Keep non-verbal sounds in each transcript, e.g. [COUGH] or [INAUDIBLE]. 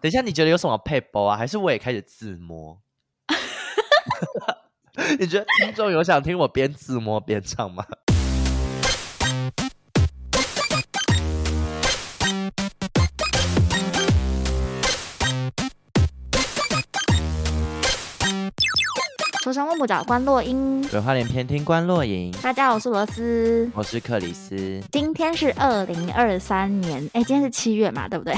等一下，你觉得有什么配播啊？还是我也开始自摸？ [LAUGHS] 你觉得听众有想听我边自摸边唱吗？求神问卜找关洛英。鬼话连篇，听关落影，大家好，我是罗斯。我是克里斯。今天是二零二三年，哎，今天是七月嘛，对不对？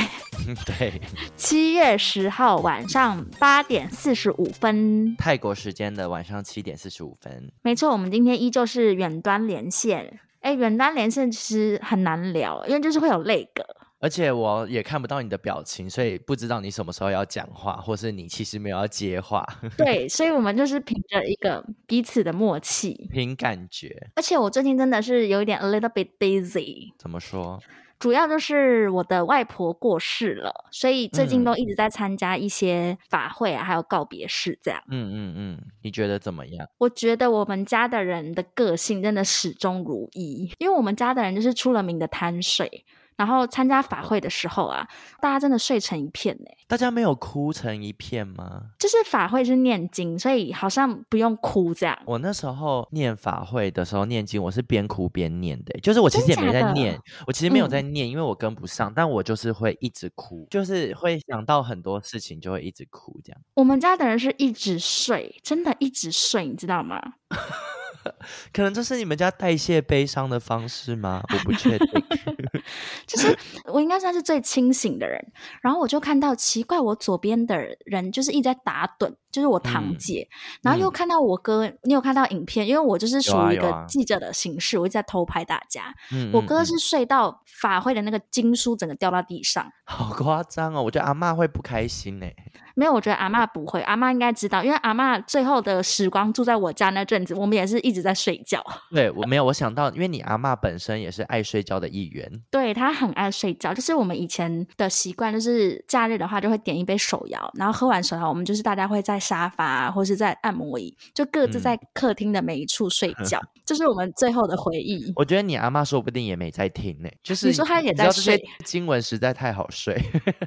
嗯 [LAUGHS] 对，七月十号晚上八点四十五分，泰国时间的晚上七点四十五分。没错，我们今天依旧是远端连线。哎，远端连线其实很难聊，因为就是会有泪格。而且我也看不到你的表情，所以不知道你什么时候要讲话，或是你其实没有要接话，对，所以我们就是凭着一个彼此的默契。 [LAUGHS] 凭感觉。而且我最近真的是有一点 a little bit busy，怎么说？主要就是我的外婆过世了，所以最近都一直在参加一些法会啊，还有告别式这样。嗯嗯嗯，你觉得怎么样？我觉得我们家的人的个性真的始终如一，因为我们家的人就是出了名的贪睡。然后参加法会的时候啊，大家真的睡成一片呢、大家没有哭成一片吗？就是法会是念经，所以好像不用哭这样。我那时候念法会的时候念经，我是边哭边念的欸、就是我其实也真没假在的念，我其实没有嗯在念，因为我跟不上，但我就是会一直哭，就是会想到很多事情就会一直哭这样。我们家的人是一直睡，真的一直睡，你知道吗？可能这是你们家代谢悲伤的方式吗？我不 [LAUGHS] 确定。就是我应该算是最清醒的人。然后我就看到奇怪，我左边的人就是一直在打盹，就是我堂嗯姐。然后又嗯看到我哥，你有看到影片？因为我就是属啊于一有啊个记者的形式，我一直在偷拍大家。嗯我嗯哥嗯是睡到法会的那个经书整个掉到地上。好夸张哦，我觉得阿嬷会不开心欸 [LAUGHS] 呢、没有，我觉得阿嬷不会，阿嬷应该知道，因为阿嬷最后的时光住在我家那阵子，我们也是一直在睡觉。对我没有，我想到，因为你阿嬷本身也是爱睡觉的一员。对她很爱睡觉，就是我们以前的习惯，就是假日的话就会点一杯手摇，然后喝完手摇，我们就是大家会在沙发、啊、或是在按摩椅，就各自嗯在客厅的每一处睡 [LAUGHS] 觉，这是我们最后的回忆。我觉得你阿嬷说不定也没在听呢、就是啊你说她也知道在这些睡经文实在太好睡。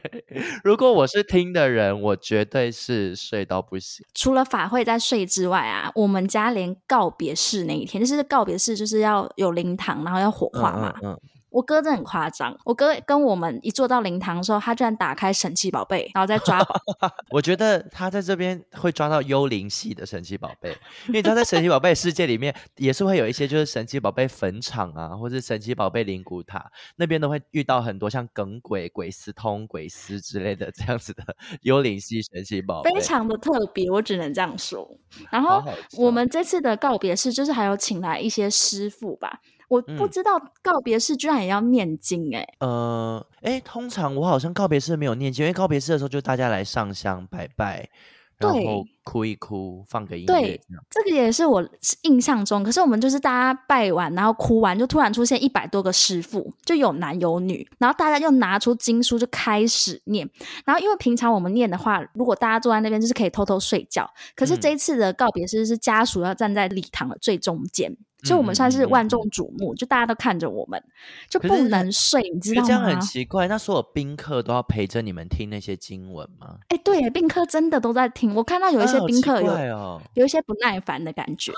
[LAUGHS] 如果我是听的人，我绝对是睡到不行。除了法会在睡之外啊，我们家连告别式那一天，就是告别式就是要有灵堂，然后要火嗯化嘛。嗯嗯，我哥真的很夸张，我哥跟我们一坐到灵堂的时候，他居然打开神奇宝贝，然后再抓宝。 [LAUGHS] 我觉得他在这边会抓到幽灵系的神奇宝贝，因为他在神奇宝贝世界里面也是会有一些就是神奇宝贝坟场啊，或是神奇宝贝灵骨塔那边都会遇到很多像耿鬼、鬼斯通、鬼斯之类的这样子的 [LAUGHS] 幽灵系神奇宝贝，非常的特别，我只能这样说。然好后好我笑们这次的告别式，就是还有请来一些师傅吧。我不嗯知道告别式居然也要念经哎、呃，哎，通常我好像告别式没有念经，因为告别式的时候就大家来上香拜拜，然后对哭一哭，放个音乐对这样。这个也是我印象中。可是我们就是大家拜完，然后哭完，就突然出现一百多个师傅，就有男有女，然后大家又拿出经书就开始念。然后因为平常我们念的话，如果大家坐在那边就是可以偷偷睡觉，可是嗯这一次的告别式是家属要站在礼堂的最中间。所以我们算嗯嗯是嗯嗯万众瞩目，就大家都看着我们，就可不是能睡，你知可道这样很吗？奇怪，那所有宾客都要陪着你们听那些经文吗？哎，对耶，宾客真的都在听，我看到有一啊些好宾奇客有、怪哦，有一些不耐烦的感觉。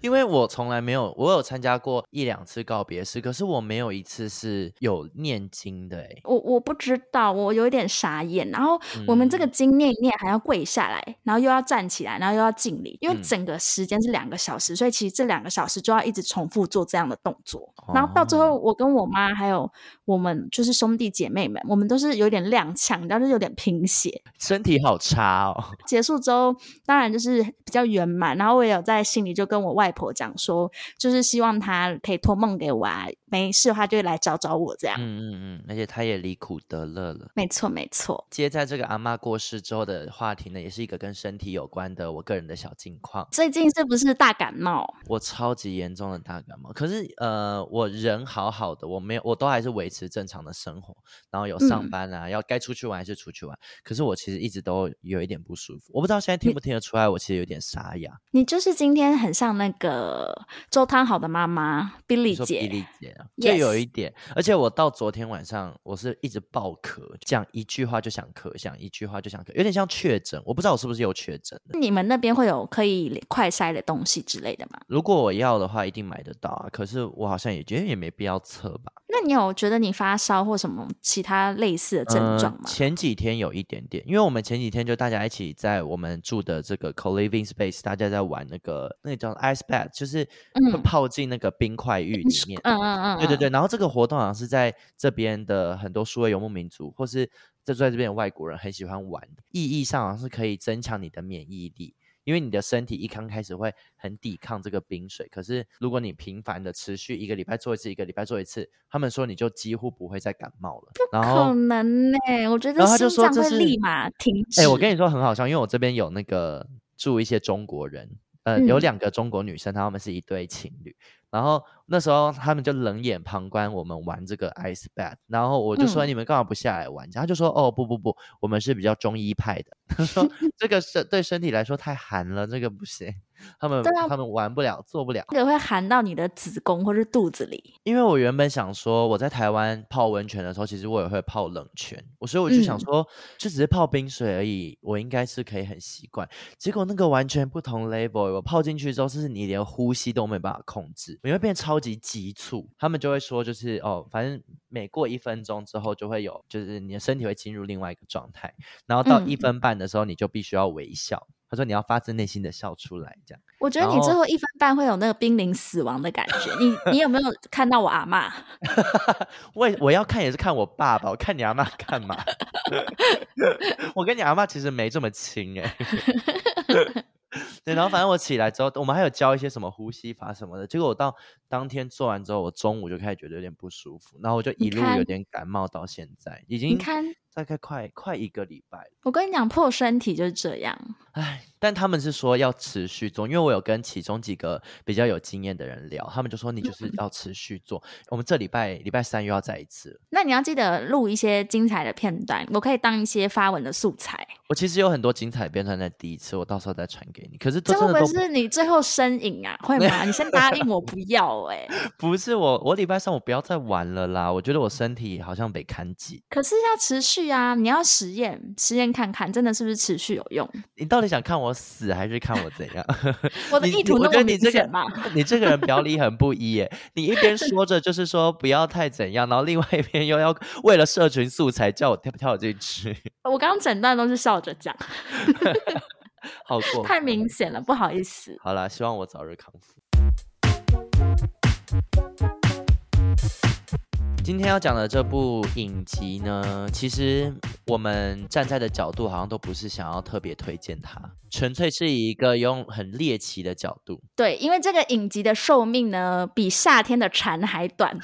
因为我从来没有，我有参加过一两次告别式，可是我没有一次是有念经的诶。我我不知道，我有一点傻眼。然后我们这个嗯经念一念，还要跪下来，然后又要站起来，然后又要敬礼，因为嗯整个时间是两个小时，所以其实这两个小时就要一直重复做这样的动作。然后到最后，哦我跟我妈还有我们就是兄弟姐妹们，我们都是有点踉跄，然后就有点贫血。身体好差哦， [LAUGHS] 结束之后，当然就是比较圆满。然后我也有在心里就跟我外婆讲说，就是希望她可以托梦给我啊，没事的话就来找找我这样。嗯嗯嗯，而且他也离苦得乐了。没错，没错。接在这个阿嬷过世之后的话题呢，也是一个跟身体有关的我个人的小近况。最近是不是大感冒？我超级严中的大感冒。可是呃，我人好好的，我没有，我都还是维持正常的生活，然后有上嗯班啊，要该出去玩还是出去玩。可是我其实一直都有一点不舒服，我不知道现在听你不听得出来，我其实有点沙哑。你就是今天很像那个周汤好的妈妈你 Billy 说姐比利姐啊，就有 Yes 一点，而且我到昨天晚上，我是一直爆咳，讲一句话就想咳，讲一句话就想咳，有点像确诊。我不知道我是不是有确诊的。你们那边会有可以快筛的东西之类的吗？如果我要的话，一定买得到啊。可是我好像也觉得也没必要测吧。那你有觉得你发烧或什么其他类似的症嗯状吗？前几天有一点点，因为我们前几天就大家一起在我们住的这个 co-living space，大家在玩那个那个叫 ice bath，就是会嗯泡进那个冰块浴里面。嗯嗯嗯，对对嗯对，，然后这个活动好像是在这边的很多数位游牧民族，或是在在这边的外国人很喜欢玩，意义上好像是可以增强你的免疫力，因为你的身体一刚开始会很抵抗这个冰水，可是如果你频繁的持续一个礼拜做一次，一个礼拜做一次，他们说你就几乎不会再感冒了。然可后，能呢、我觉得然后他就心说脏这会是立马停止。哎，我跟你说很好笑，因为我这边有那个住一些中国人，呃，有嗯两个中国女生，她们是一对情侣。然后那时候他们就冷眼旁观我们玩这个 ice bath，然后我就说嗯你们干嘛不下来玩？他就说哦不不不，我们是比较中医派的。 [LAUGHS] 他 [LAUGHS] 说这个是对身体来说太寒了，这个不行，他们、对啊他们玩不了，做不了。那个会含到你的子宫或是肚子里。因为我原本想说我在台湾泡温泉的时候，其实我也会泡冷泉，我所以我就想嗯说就只是泡冰水而已，我应该是可以很习惯。结果那个完全不同 level，我泡进去之后，就是你连呼吸都没办法控制，你会变超级急促。他们就会说，就是哦，反正每过一分钟之后就会有，就是你的身体会进入另外一个状态，然后到嗯一分半的时候，你就必须要微笑。他说你要发自内心的笑出来，这样。我觉得然你最后后一分半会有那个濒临死亡的感觉。你你有没有看到我阿妈？我也我要看也是看我爸爸，我看你阿妈干嘛？ [LAUGHS] 我跟你阿妈其实没这么亲哎、对，然后反正我起来之后，我们还有教一些什么呼吸法什么的。结果我到当天做完之后，我中午就开始觉得有点不舒服，然后我就你一路有看点感冒到现在，已你经看，大概快快一个礼拜了。我跟你讲，破身体就是这样。唉，但他们是说要持续做，因为我有跟其中几个比较有经验的人聊，他们就说你 [LAUGHS] 就是要持续做。我们这礼拜礼拜三又要再一次了那你要记得录一些精彩的片段，我可以当一些发文的素材。我其实有很多精彩片段在第一次，我到时候再传给你。可是这这真会不的会都是你最后身影啊？会吗？你先答 [LAUGHS] 应我不要哎、不是我，我礼拜三我不要再玩了啦。我觉得我身体好像被看挤。可是要持续啊！你要实验，实验看看，真的是不是持续有用？你到底想看我死还是看我怎样？ [LAUGHS] 我的你意图我那觉得么你明这显个吗？你这个人表里很不一耶。你一边说着就是说不要太怎样，然后另外一边又要为了社群素材叫我跳跳进去，我刚刚整段都是笑着讲，哦好过 [LAUGHS] 分太哦明显了，不好意思。好啦，希望我早日康复。今天要讲的这部影集呢，其实我们站在的角度好像都不是想要特别推荐它，纯粹是以一个用很猎奇的角度。对，因为这个影集的寿命呢，比夏天的蝉还短。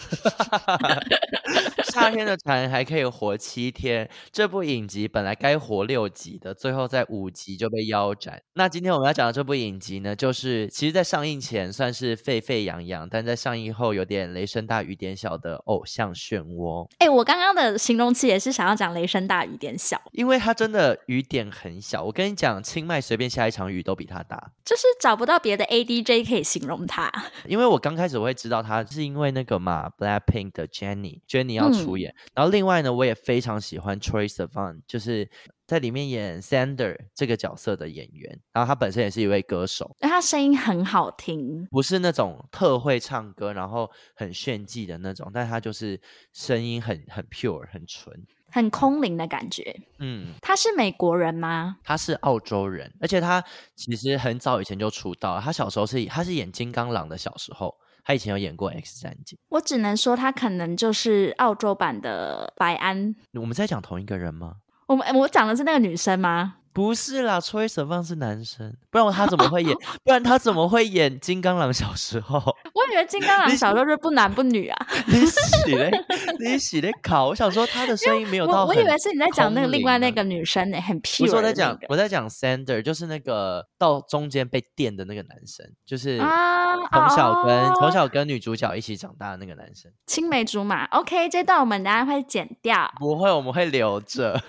夏天的蝉还可以活七天，这部影集本来该活六集的，最后在五集就被腰斩。那今天我们要讲的这部影集呢，就是其实，在上映前算是沸沸扬扬，但在上映后有点雷声大雨点小的偶像漩涡，哎、我刚刚的形容词也是想要讲雷声大雨点小，因为它真的雨点很小。我跟你讲，清迈随便下一场雨都比它大。就是找不到别的 ADJ 可以形容它。因为我刚开始会知道她，是因为那个嘛，Blackpink 的 Jennie Jennie 要出嗯演。然后另外呢，我也非常喜欢 Troye Sivan，就是在里面演 Sander 这个角色的演员。然后他本身也是一位歌手，因为它声音很好听，不是那种特会唱歌，然后很炫技的那种，但他就是声音很很 pure 很纯。很空灵的感觉。嗯，他是美国人吗？他是澳洲人，而且他其实很早以前就出道了。他小时候是他是演金刚狼的，小时候他以前有演过 X 战警。我只能说他可能就是澳洲版的白安。我们在讲同一个人吗？我们我讲的是那个女生吗？不是啦，Troy [LAUGHS] s a v a n 是男生，不然他怎么会演？不然他怎么会演金刚狼小时候？ [LAUGHS] 我觉得金刚狼小时候是不男不女啊。你洗嘞，你洗嘞考，我想说他的声音没有到我我以很为是你在讲那个空另外灵那啊个女生呢、很 pure 不是我在的那讲个，我在讲 Sander，就是那个到中间被电的那个男生，就是啊从小跟、从哦小跟女主角一起长大的那个男生。青梅竹马。OK，这段我们等下会剪掉，不会，我们会留着。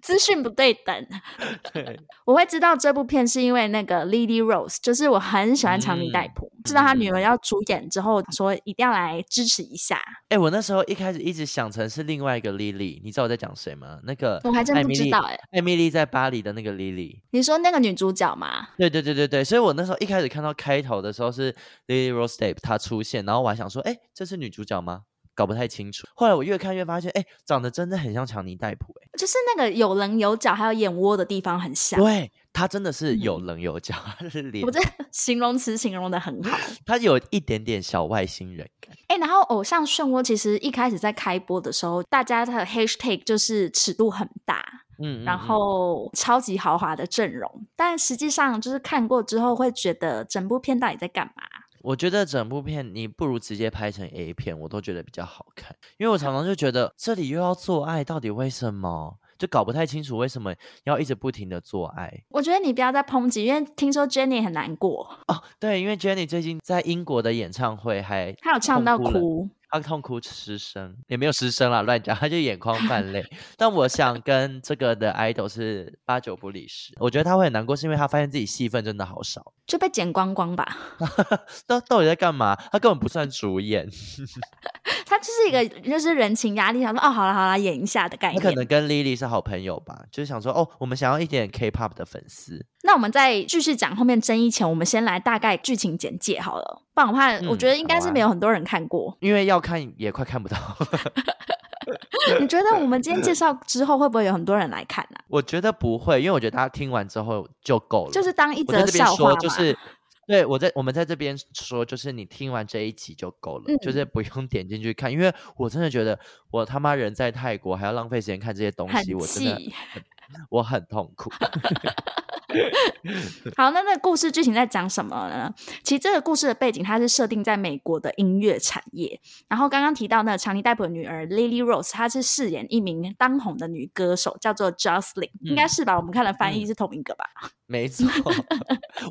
资讯不对等。 [LAUGHS] 对，我会知道这部片是因为那个 Lily Rose，就是我很喜欢强尼嗯戴普，知道她女儿要主演之后，说一定要来支持一下。哎，我那时候一开始一直想成是另外一个 Lily，你知道我在讲谁吗？那个我还真艾不米知丽道哎、艾米丽在巴黎的那个 Lily。你说那个女主角嘛？对对对对对，所以我那时候一开始看到开头的时候是 Lily Rose Depp 她出现，然后我还想说，哎，这是女主角吗？搞不太清楚。后来我越看越发现，哎，长得真的很像强尼戴普、诶就是那个有棱有角，还有眼窝的地方很像。对他真的是有棱有角，他的脸我，这形容词形容的很 [LAUGHS] 好。他有一点点小外星人感。哎、然后偶像漩涡其实一开始在开播的时候，大家的 hashtag 就是尺度很大，嗯，嗯然嗯后超级豪华的阵容，但实际上就是看过之后会觉得整部片到底在干嘛？我觉得整部片你不如直接拍成 A 片，我都觉得比较好看，因为我常常就觉得这里又要做爱，到底为什么？就搞不太清楚为什么要一直不停的做爱我觉得你不要再抨击，因为听说 Jenny 很难过，哦。对，因为 Jenny 最近在英国的演唱会 [LAUGHS] 还她有唱到哦哭了哭。她痛哭失声，也没有失声啦，乱讲，她就眼眶泛 [LAUGHS] 泪。但我想跟这个的 idol 是八九不离十，我觉得她会很难过，是因为她发现自己戏份真的好少。就被剪光光吧，到到底在干嘛？他根本不算主演，她就是一个就是人情压力，想说哦，好了好了，演一下的他概嗯可念。能跟 Lily 是好朋友吧，就是想说哦，我们想要一点 K-pop 的粉丝。那我们在继续讲后面争议前，我们先来大概剧情简介好了，不然我怕、我嗯觉得应该好是啊没有很多人 [LAUGHS] 看过。因为要看也快看不到， [LAUGHS] 你觉得我们今天介绍之后，会不会有很多人来看啊呢、我觉得不会，因为我觉得大家听完之后就够了。就是当一我在则这边笑话说，嘛。就是对我在我们在这边说，就是你听完这一集就够了，嗯就是不用点进去看，因为我真的觉得我他妈人在泰国还要浪费时间看这些东很西，我真的气。我很痛 [LAUGHS] 苦。好，那那个故事剧情在讲什么呢？其实这个故事的背景，它是设定在美国的音乐产业。然后刚刚提到那个强尼戴普的女儿 Lily Rose，她是饰演一名当红的女歌手，叫做 Jocelyn，、应该嗯是吧？我们看的翻译是同一个吧？没错，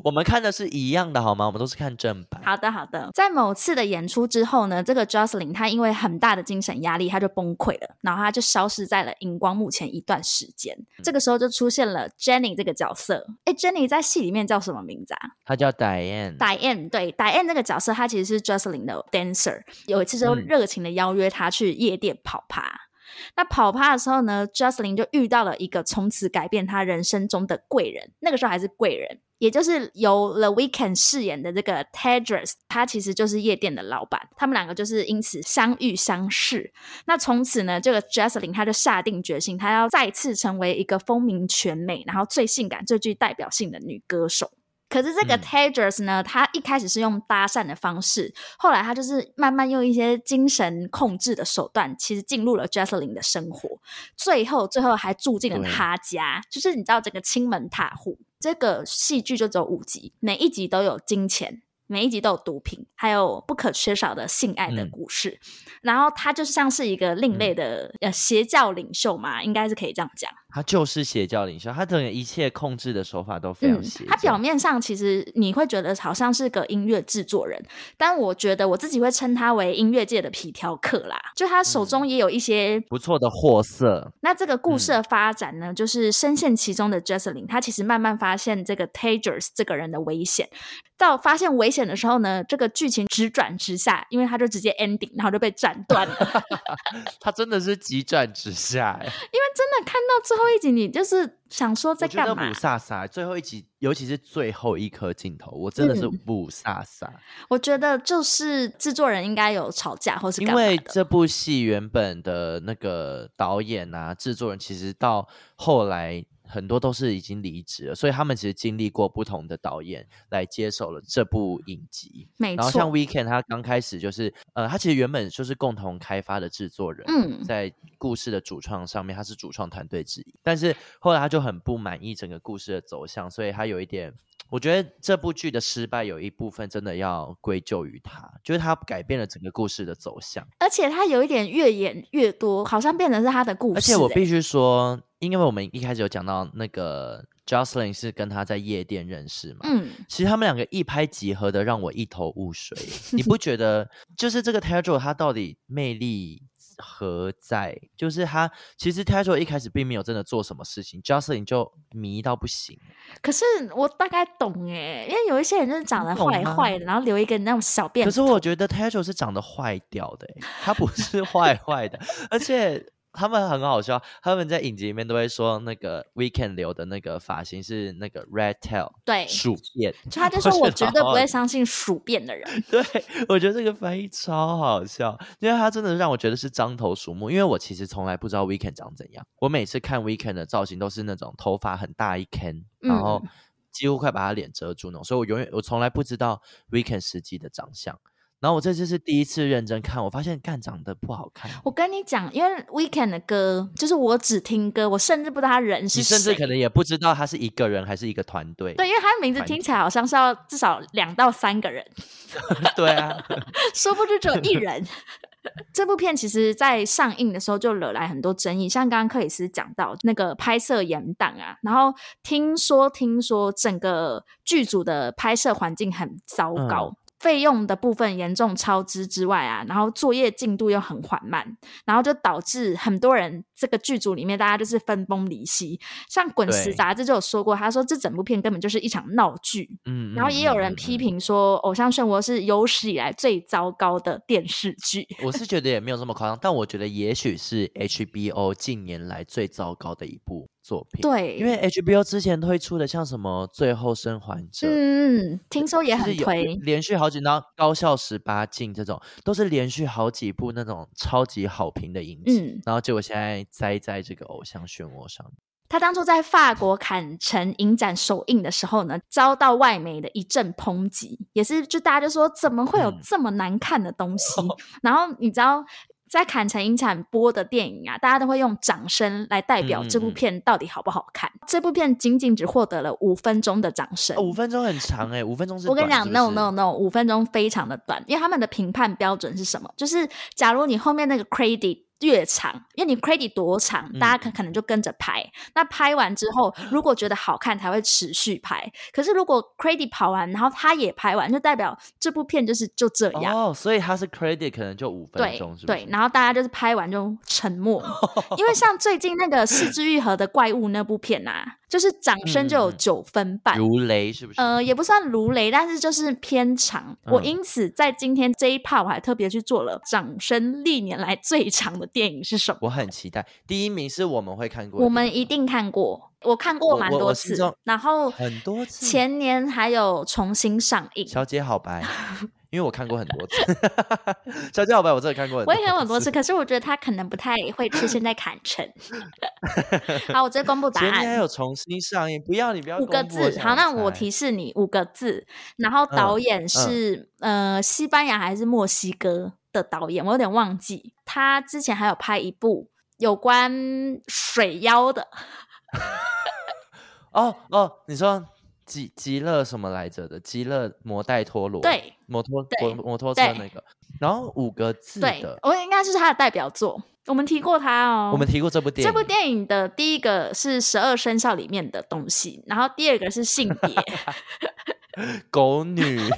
[LAUGHS] 我们看的是一样的好吗？我们都是看正版。好的，好的。在某次的演出之后呢，这个 Jocelyn 她因为很大的精神压力，她就崩溃了，然后她就消失在了荧光幕前一段时间。这个时候就出现了 Jenny 这个角色。哎，Jenny 在戏里面叫什么名字啊他叫 Diane。 ？Diane 对，Diane 这个角色她其实是 Jocelyn 的 dancer。有一次就嗯热情的邀约她去夜店跑趴。那跑趴的时候呢，Jocelyn 就遇到了一个从此改变她人生中的贵人，那个时候还是贵人，也就是由 The Weeknd 饰演的这个 Tedros，他其实就是夜店的老板，他们两个就是因此相遇相识。那从此呢，这个 Jocelyn 她就下定决心，她要再次成为一个风靡全美，然后最性感、最具代表性的女歌手。可是这个嗯 Tedros 呢，他一开始是用搭讪的方式，后来他就是慢慢用一些精神控制的手段，其实进入了 Jocelyn 的生活，最后最后还住进了对他家，就是你知道这个亲门踏户。这个戏剧就只有五集，每一集都有金钱。每一集都有毒品，还有不可缺少的性爱的嗯故事，然后他就像是一个另嗯类的、呃邪教领袖嘛，应该是可以这样讲。他就是邪教领袖，他整个一切控制的手法都非常嗯邪教。他表面上其实你会觉得好像是个音乐制作人，但我觉得我自己会称他为音乐界的皮条客啦。就他嗯手中也有一些，不错的货色，那这个故嗯事的发展呢，就是深陷其中的 Jesselyn，他其实慢慢发现这个 Tagers 这个人的危险。到发现危险的时候呢，这个剧情直转直下，因为他就直接 ending，然后就被斩断了。 [LAUGHS] 他真的是急转直下欸。因为真的看到最后一集，你就是想说在我觉干得嘛母？萨萨最后一集，尤其是最后一颗镜头，我真的是嗯母萨萨，我觉得就是制作人应该有吵架或是因干嘛为的这部戏原本的那个导演啊、制作人，其实到后来。很多都是已经离职了，所以他们其实经历过不同的导演来接手了这部影集。没然后像错， Weekend，他刚开始就是呃，他其实原本就是共同开发的制作人，嗯在故事的主创上面，他是主创团队之一。但是后来他就很不满意整个故事的走向，所以他有一点我觉得这部剧的失败有一部分真的要归咎于他，就是他改变了整个故事的走向。而且他有一点越演越多，好像变成是他的故事、欸。而且我必须说，因为我们一开始有讲到那个 Jocelyn 是跟他在夜店认识嘛，嗯，其实他们两个一拍即合的，让我一头雾水。你不觉得就是这个 t e r r o 他到底魅力？何在？就是他其实 t a t o 一开始并没有真的做什么事情，Justin 就迷到不行。可是我大概懂哎，因为有一些人就是长得坏坏的，然后留一个那种小辫。可是我觉得 t a t o 是长得坏掉的，他不是 [LAUGHS] 坏坏的，而且。他们很好笑，他们在影集里面都会说那个 Weekend 留的那个发型是那个 Red Tail， [LAUGHS] 对，鼠辫。哎就他就说我绝对不会相信鼠辫的人。 [LAUGHS] 对，我觉得这个翻译超好笑，因为他真的让我觉得是獐头鼠目，因为我其实从来不知道 Weekend 长怎样，我每次看 Weekend 的造型都是那种头发很大一根，然嗯后几乎快把他脸遮住那种，所以我永远我从来不知道 Weekend 实际的长相。然后我这次是第一次认真看，我发现干长得不好看。我跟你讲，因为 Weekend 的歌就是我只听歌，我甚至不知道他人是你甚至可能也不知道他是一个人还是一个团队。对，因为他的名字听起来好像是要至少两到三个人。 [LAUGHS] 对啊， [LAUGHS] 说不定只有一人。 [LAUGHS] 这部片其实，在上映的时候就惹来很多争议，像刚刚克里斯讲到那个拍摄严档啊，然后听说听说整个剧组的拍摄环境很糟糕。嗯费用的部分严重超支之外啊，然后作业进度又很缓慢，然后就导致很多人这个剧组里面大家就是分崩离析。像《滚石》杂志就有说过，他说这整部片根本就是一场闹剧。嗯，然后也有人批评说，《偶像漩涡》是有史以来最糟糕的电视剧。 [LAUGHS] 我是觉得也没有这么夸张，但我觉得也许是 HBO 近年来最糟糕的一部。作品对，因为 HBO 之前推出的像什么《最后生还者》，嗯，听说也很推，就是、连续好几张《高校十八禁》这种，都是连续好几部那种超级好评的影集，嗯、然后结果现在栽在这个偶像漩涡上面。他当初在法国坎城影展首映的时候呢，遭到外媒的一阵抨击，也是就大家就说怎么会有这么难看的东 [LAUGHS] 西？嗯、然后你知道。在坎城影展播的电影啊，大家都会用掌声来代表这部片到底好不好看。嗯嗯嗯这部片仅仅只获得了五分钟的掌声，五、哦、分钟很长哎、欸，五分钟是。我跟你讲是是，no no no，五分钟非常的短，因为他们的评判标准是什么？就是假如你后面那个 credit 越长，因为你 credit 多长，嗯大家可可能就跟着拍。那拍完之后，如果觉得好看，才会持续拍。可是如果 credit 跑完，然后他也拍完，就代表这部片就是就这样。哦，所以他是 credit 可能就五分钟，是对，然后大家就是拍完就沉 [LAUGHS] 默，因为像最近那个《四之愈合的怪物》那部片啊，就是掌声嗯就有九分半，如雷是不是？呃，也不算如雷，但是就是偏长。我嗯因此在今天这一 part 我还特别去做了掌声历年来最长的。电影是什么？我很期待。第一名是我们会看过，我们一定看过。我看过蛮多次，然后很多次。前年还有重新上映《小姐好 [LAUGHS] 白》因为我看过很多次， [LAUGHS] 《小姐好白》我真的看过很多次，我也看过很多次。可是我觉得它可能不太会出现在坎 [LAUGHS] 城。 [LAUGHS] 好，我直接公布答案。前年有重新上映，不要你不要嗯五个字。好，那我提示你五个字，然后导演是、嗯嗯、呃西班牙还是墨西哥？的导演，我有点忘记，他之前还有拍一部有关水妖的。哦哦，你说极极乐什么来着的？极乐摩带陀螺，对，摩托摩摩托车那个，然后五个字的，对我应该是他的代表作。我们提过他哦，我们提过这部电影。这部电影的第一个是十二生肖里面的东西，然后第二个是性 [LAUGHS] 别，狗女。 [LAUGHS]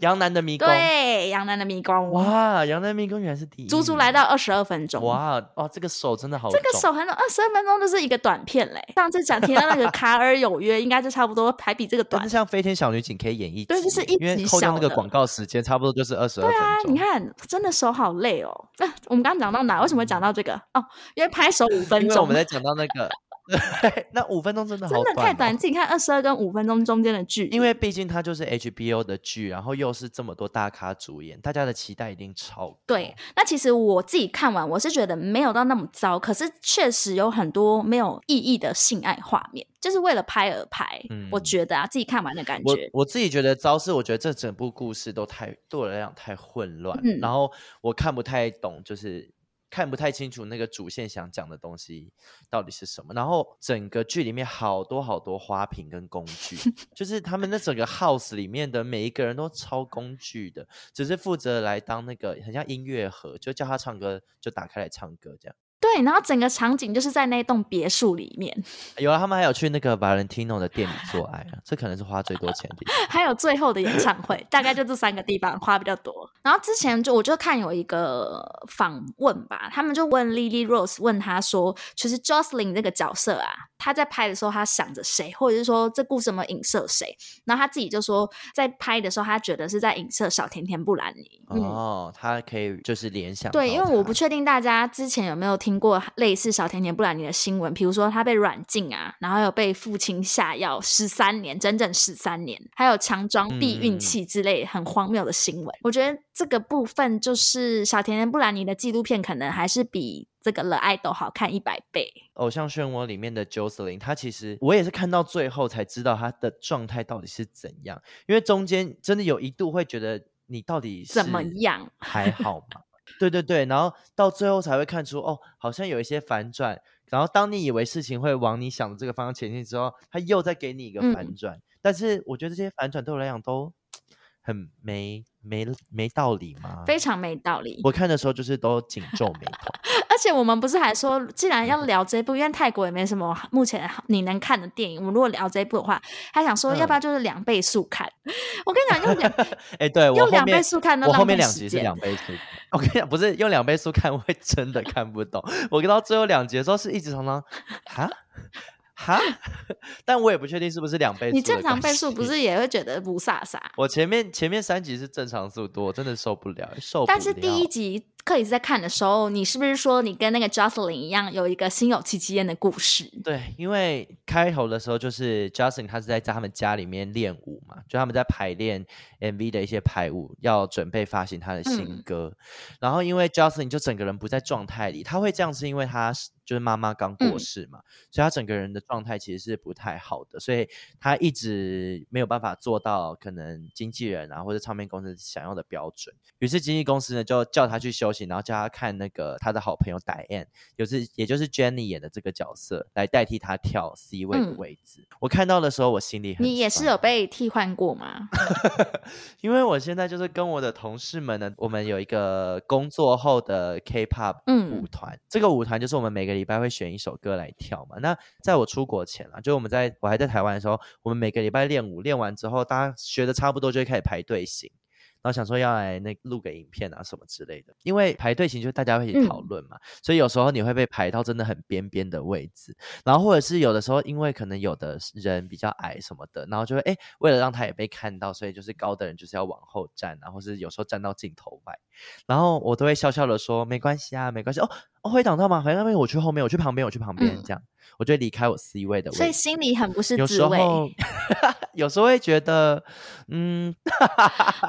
杨南的迷宫，对，杨南的迷宫，哇，杨南迷宫原来是第一，足足来到二十二分钟，哇，哦，这个手真的好，这个手很短，二十二分钟就是一个短片 [LAUGHS] 嘞。上次讲提到那个《卡尔有约》，应该就差不多还比这 [LAUGHS] 个短。哎但是像《飞天小女警》可以演一，对，就是一，因为扣掉那个广告时间，差不多就是二十二对啊，你看，真的手好累哦。那、啊、我们刚刚讲到哪？为什么讲到这个？哦，因为拍手五分钟，因为我们在讲到那 [LAUGHS] 个。对，那五分钟真的好、哦、真的太短，自己看二十二跟五分钟中间的剧，因为毕竟它就是 HBO 的剧，然后又是这么多大咖主演，大家的期待一定超高。对，那其实我自己看完，我是觉得没有到那么糟，可是确实有很多没有意义的性爱画面，就是为了拍而拍。嗯、我觉得啊，自己看完的感觉，我我自己觉得糟是，我觉得这整部故事都太对我来讲太混乱，嗯、然后我看不太懂，就是。看不太清楚那个主线想讲的东西到底是什么。然后整个剧里面好多好多花瓶跟工 [LAUGHS] 具，就是他们那整个 house 里面的每一个人都超工具的，只是负责来当那个很像音乐盒，就叫他唱歌就打开来唱歌这样。对，然后整个场景就是在那栋别墅里面，有啊，他们还有去那个 Valentino 的店里做爱啊，这可能是花最多钱的地方。还有最后的演唱会，大概就这三个地方花比较多。然后之前就我就看有一个访问吧，他们就问 Lily Rose 问他说，其实 Jocelyn 这个角色啊，他在拍的时候他想着谁，或者是说这故事有没有影射谁？然后他自己就说，在拍的时候他觉得是在影射小甜甜布兰妮。嗯，哦，他可以就是联想对，到因为我他不确定大家之前有没有听过类似小甜甜布兰妮的新闻，比如说她被软禁啊，然后有被父亲下药十三年，整整十三年，还有强装避嗯嗯孕嗯器之类很荒谬的新闻。我觉得这个部分就是小甜甜布兰妮的纪录片，可能还是比这个《了爱豆》好看一百倍。偶像漩涡里面的 Jocelyn，她其实我也是看到最后才知道她的状态到底是怎样，因为中间真的有一度会觉得你到底怎么是样 [LAUGHS] 还好吗？对对对，然后到最后才会看出哦，好像有一些反转。然后当你以为事情会往你想的这个方向前进之后，他又再给你一个反嗯转。但是我觉得这些反转对我来讲都很没没没道理嘛。非常没道理。我看的时候就是都紧皱眉头。而且我们不是还说，既然要聊这部，因为泰国也没什么目前呃你能看的电影，我们如果聊这部的话，还想说要不要就是两倍速 [LAUGHS] 看？我跟你讲，用两哎，对 [LAUGHS] 我用后两面倍速看都我后浪面费两时集是间。两倍速看，我跟你讲，不是用两倍速看会真的看不懂。我跟到最后两集的时候是一直常常哈哈， [LAUGHS] 但我也不确定是不是两倍速。你正常倍速不？是也会觉得不飒飒？我前面前面三集是正常速度， [LAUGHS] 我真的受不了，受不了。但是第一集克里斯在看的时候，你是不是说你跟那个 Jocelyn 一样有一个心有戚戚焉的故 [LAUGHS] 事？对，因为开头的时候就是 Justin 他是在在他们家里面练舞嘛，就他们在排练 MV 的一些排舞，要准备发行他的新嗯歌。然后因为 Justin 就整个人不在状态里，他会这样是因为他是就是妈妈刚过嗯世嘛，所以他整个人的状态其实是不太好的，所以他一直没有办法做到可能经纪人啊或者唱片公司想要的标准。于是经纪公司呢就叫他去休息，然后叫他看那个他的好朋友 Diane，就是也就是 Jenny 演的这个角色来代替他跳 C 位的嗯位置。我看到的时候，我心里很你也是酸有被替换过吗？因为我现在就是跟我的同事们呢，我们有一个工作后的 K-pop 舞嗯团，这个舞团就是我们每个礼拜会选一首歌来跳嘛。那在我出国前啊，就我们在我还在台湾的时候，我们每个礼拜练舞，练完之后大家学的差不多，就会开始排队型。然后想说要来那录个影片啊什么之类的，因为排队型就是大家会一起讨嗯论嘛，所以有时候你会被排到真的很边边的位置，然后或者是有的时候因为可能有的是人比较矮什么的，然后就会哎为了让他也被看到，所以就是高的人就是要往后站，然后是有时候站到镜头外，然后我都会笑笑的说没关系啊，没关系哦哦会挡到吗？反正那边我去后面，我去旁边，我去旁边、嗯这样，我就会离开 [LAUGHS] 我 C 位的位置。所以心里很不是有时滋味。候 [LAUGHS] 有时候会觉得嗯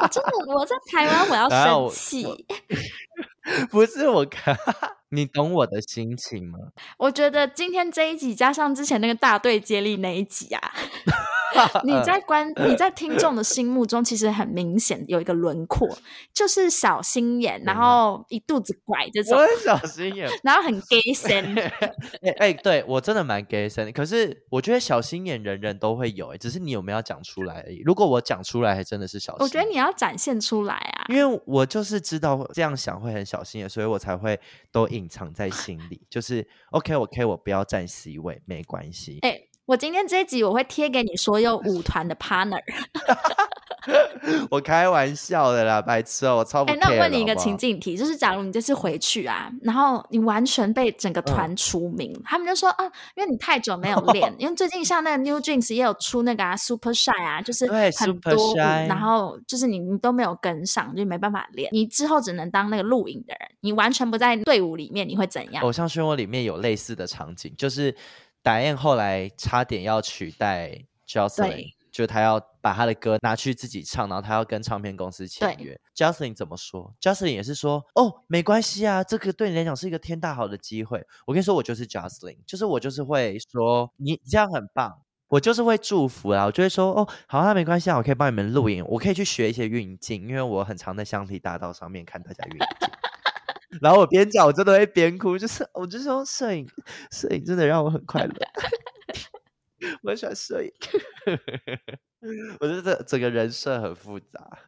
我真的我在台湾我要 [LAUGHS] 然后生我气。不是我 [LAUGHS] 看，你懂我的心情吗？我觉得今天这一集加上之前那个大队接力那一集啊，啊你在观你在听众的心目中其实很明显有一个轮廓，就是小心眼，然嗯后一肚子拐这 [LAUGHS] 我 [LAUGHS] 种，很小心眼。然后很 gay 森。哎哎、对我真的蛮 gay 森的，可是我觉得小心眼人人都会有、哎，只是你有没有讲出来而已。如果我讲出来，还真的是小心。我觉得你。要展现出来啊！因为我就是知道这样想会很小心眼，所以我才会都隐藏在心里。就是 OK OK，我不要占 C 位，没关系。哎、我今天这一集我会贴给你所有舞团的 partner。我开玩笑的啦，白痴哦、我超不 care 哎、的。那我问你一个好不好情境题，就是假如你这次回去啊，然后你完全被整个团除名，他们就说啊，因为你太久没 [LAUGHS] 有练，因为最近像那个 New Jeans 也有出那个啊 Super Shy 啊，就是对很，Super 多舞， Shy 然后就是你你都没有跟上，就没办法练，你之后只能当那个录影的人，你完全不在队伍里面，你会怎样？偶像漩涡里面有类似的场景，就是达燕后来差点要取代 Jocelyn，对就是他要把他的歌拿去自己唱，然后他要跟唱片公司签对约。Jocelyn 怎么说？Jocelyn 也是说，哦，没关系啊，这个对你来讲是一个天大好的机会。我跟你说，我就是 Jocelyn，就是我就是会说你这样很棒。我就是会祝福啦，我就会说哦，好啊，没关系啊，我可以帮你们录影，我可以去学一些运镜，因为我很常在香缇大道上面看大家运镜。 [LAUGHS] 然后我边讲，我真的会边哭，就是我就是用摄影，摄影真的让我很快乐。 [LAUGHS] 我很喜欢摄影，我觉得整个人设很复杂。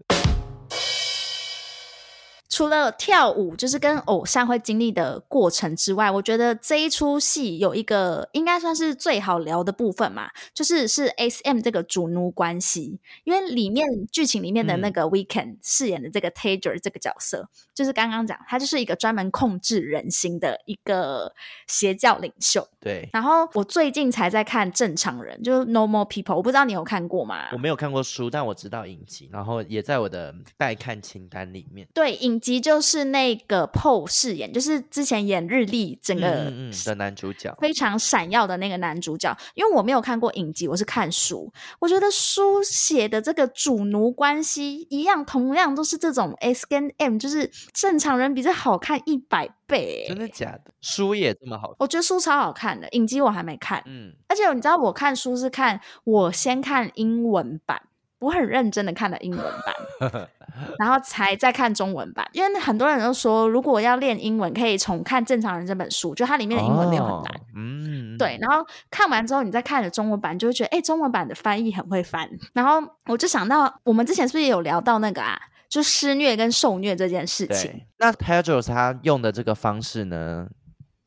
除了跳舞，就是跟偶像会经历的过程之外，我觉得这一出戏有一个应该算是最好聊的部分嘛，就是是 S M 这个主奴关系，因为里面剧情里面的那个 Weekend 饰演的这个 Tager 这个角色，就是刚刚讲，他就是一个专门控制人心的一个邪教领袖。对，然后我最近才在看《正常人》，就是《Normal People》，我不知道你有看过吗？我没有看过书，但我知道影集，然后也在我的待看清单里面。对，影集就是那个 PO 饰演，就是之前演日历整个嗯嗯嗯的男主角，非常闪耀的那个男主角。因为我没有看过影集，我是看书。我觉得书写的这个主奴关系一样，同样都是这种 S 跟 M，就是正常人比这好看一百倍真欸。的假的？书也这么好？我觉得书超好看的，影集我还没看。嗯，而且你知道，我看书是看我先看英文版，我很认真的看了英文版， [LAUGHS] 然后才再看中文版。因为很多人都说，如果要练英文，可以重看《正常人》这本书，就它里面的英文没有很难。哦嗯，对，然后看完之后，你再看了中文版，就会觉得，哎、中文版的翻译很会翻。然后我就想到，我们之前是不是也有聊到那个啊，就施虐跟受虐这件事情？对，那 Pedro 他用的这个方式呢？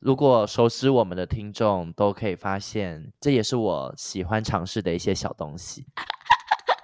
如果熟知我们的听众都可以发现，这也是我喜欢尝试的一些小东西。 [LAUGHS]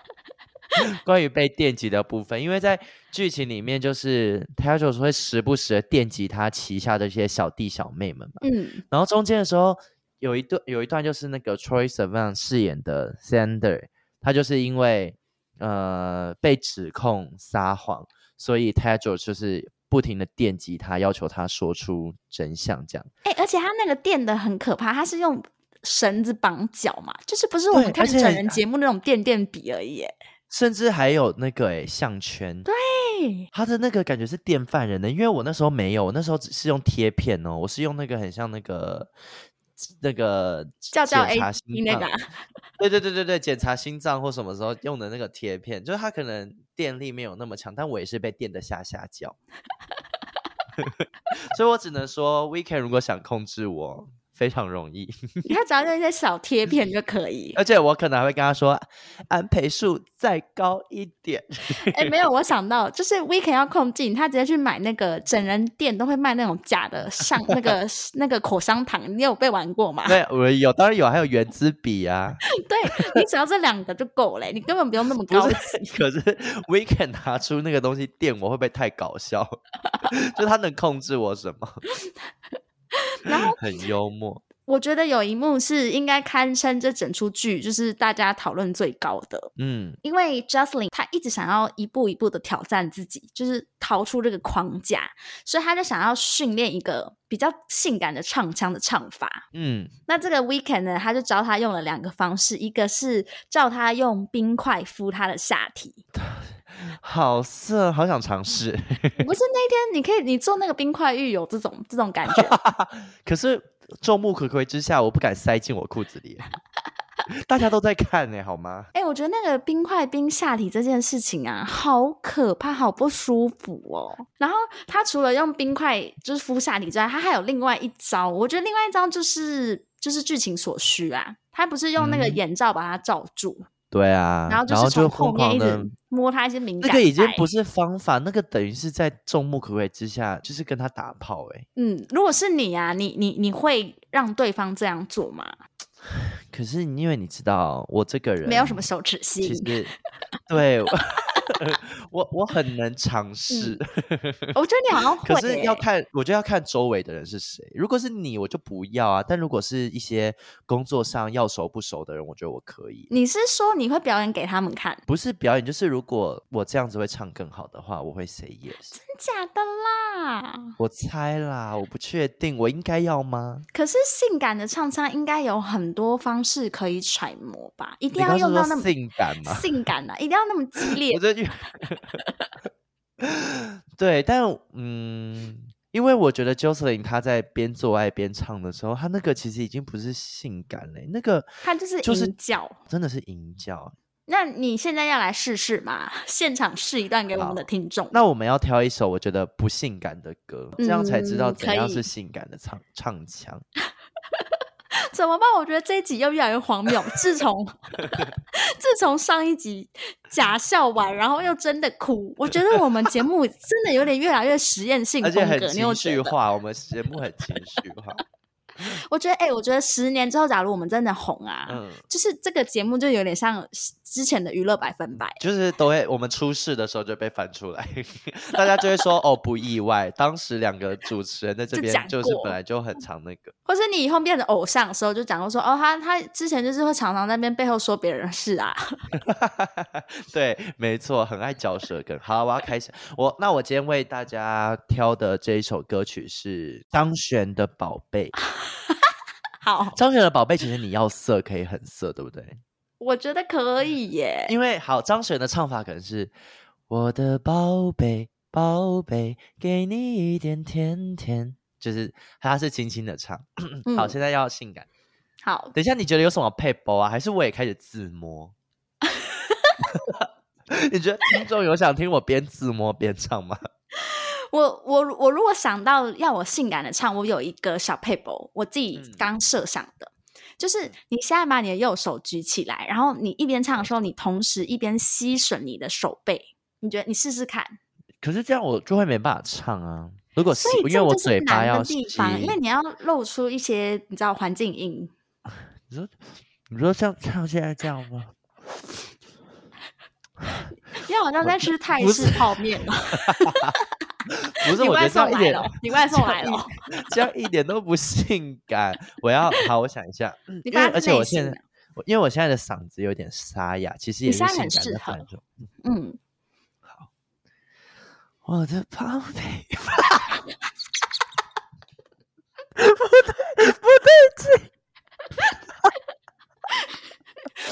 关于被电击的部分，因为在剧情里面，就是 Pedro 会时不时的电击他旗下的这些小弟小妹们嘛。嗯，然后中间的时候有一段有一段就是那个 Troy Sivan 饰演的 Sander，他就是因为呃被指控撒谎，所以 Tadro 就是不停的电击他，要求他说出真相这样。哎、而且他那个电的很可怕，他是用。绳子绑脚嘛，就是不是我们对看而且整人节目那种垫垫笔而已耶。甚至还有那个诶项圈，对，哎他的那个感觉是电犯人的，因为我那时候没有，我那时候只是用贴片哦，我是用那个很像那个那个叫叫检 A 查 G 心那脏个啊，对对对对对，检查心脏或什么时候用的那个贴片，就是它可能电力没有那么强，但我也是被电的下下叫， [LAUGHS] 所以我只能说，Weekend 如果想控制我，非常容易， [LAUGHS] 你看只要用一些小贴片就可以。而且我可能还会跟他说，安培数再高一 [LAUGHS] 点，哎、没有，我想到就是 Weekend 要控制你，他直接去买那个整人店都会卖那种假的上那 [LAUGHS] 个那个口香糖，你有被玩过吗？对，我有，当然有，还有圆珠笔啊， [LAUGHS] 对你只要这两个就够了，你根本不用那么不高是级。， [LAUGHS] 可是 Weekend 拿出那个东西电我，会不会太搞笑？ [LAUGHS] 就他能控制我什么？ [LAUGHS] 然后很幽默。我觉得有一幕是应该堪称这整出剧就是大家讨论最高的，嗯，因为 Jocelyn 她一直想要一步一步的挑战自己，就是逃出这个框架，所以她就想要训练一个比较性感的唱腔的唱法。嗯，那这个 Weekend 呢，他就教她用了两个方式，一个是叫她用冰块敷她的下体，好色，好想尝试。不是那天你可以你做那个冰块浴有这种这种感觉，可是众目睽睽之下，我不敢塞进我裤子里。 [LAUGHS] 大家都在看呢、好吗？哎、我觉得那个冰块冰下体这件事情啊，好可怕，好不舒服哦。然后他除了用冰块就是敷下体之外，他还有另外一招，我觉得另外一招就是就是剧情所需啊。他不是用那个嗯眼罩把它罩住，对啊，然后就就是从后疯面狂一的直，摸他一些敏那感个已经带不是方法，那个等于是在众目睽睽之下，就是跟他打炮哎、嗯，如果是你啊，你你你会让对方这样做吗？可是因为你知道，我这个人没有什么羞耻心其，实 [LAUGHS] 对我我我很能 [LAUGHS] 尝试，我觉得你好像嗯可会、欸。是要看，我就要看周围的人是谁。如果是你，我就不要啊。但如果是一些工作上要熟不熟的人，我觉得我可以。你是说你会表演给他们看？不是表演，就是如果我这样子会唱更好的话，我会 say yes。真假的啦。我猜啦，我不确定，我应该要吗？可是性感的唱腔应该有很多方式可以揣摩吧？一你定要刚用刚到是那么说性感吗？性感啊，一定要那么激烈我。这句， [LAUGHS] 对，但嗯，因为我觉得 Jocelyn 她在边做爱边唱的时候，她那个其实已经不是性感嘞，那个它就是就是淫叫，真的是淫叫，那你现在要来试试嘛？ [LAUGHS] 现场试一段给我们的听众。那我们要挑一首我觉得不性感的歌，这样才知道嗯怎可样以是性感的唱唱腔。怎么办？我觉得这一集又越来越荒谬。 [LAUGHS] 自从自从上一集假笑完，然后又真的哭，我觉得我们节目真的有点越来越实验性而且风很格。你有情觉绪得？化，我们节目很情绪 [LAUGHS] 化。我觉得，哎、我觉得十年之后，假如我们真的红啊，嗯，就是这个节目就有点像之前的娱乐百分百。就是都会，我们出事的时候就被翻出来， [LAUGHS] 大家就会说哦不意外，当时两个主持人在这就边讲就是过本来就很常那个， [LAUGHS] 或是你以后变成偶像的时候，就讲过说，哦，他他之前就是会常常在那边背后说别人的事 [LAUGHS] 啊，对，没错，很爱嚼舌根。好，我要开始，我那我今天为大家挑的这一首歌曲是张悬的《宝贝》。啊好，张悬的《宝贝》其实你要色可以很色，对不对？我觉得可以耶。因为好，张悬的唱法可能是我的宝贝，宝贝，给你一点甜甜，就是他是轻轻的唱。好，嗯现在要性感。好，等一下，你觉得有什么配播啊？还是我也开始自摸？ [LAUGHS] 你觉得听众有想听我边自摸边唱吗？我我我如果想到要我性感的唱，我有一个小配博，我自己嗯刚设想的，就是你现在把你的右手举起来，然后你一边唱的时候，你同时一边吸吮你的手背，你觉得你试试看。可是这样我就会没办法唱啊。如果是所以因这为我就是嘴巴难要的地方，因为吸你要露出一些你知道环境音。 [LAUGHS] 你说你说像像现在这样 [LAUGHS] 吗？因为好像在吃泰不 [LAUGHS] 式泡面嘛，不是，我你觉外得这样送一来点了，哦你外送来这样了， [LAUGHS] 这样一点都不性感。我要好，我想一下，嗯你因为把它而且内我心现在的，我因为我现在的嗓子有点沙哑，其实你也是现在性很感适的合范畴。嗯，我的宝贝，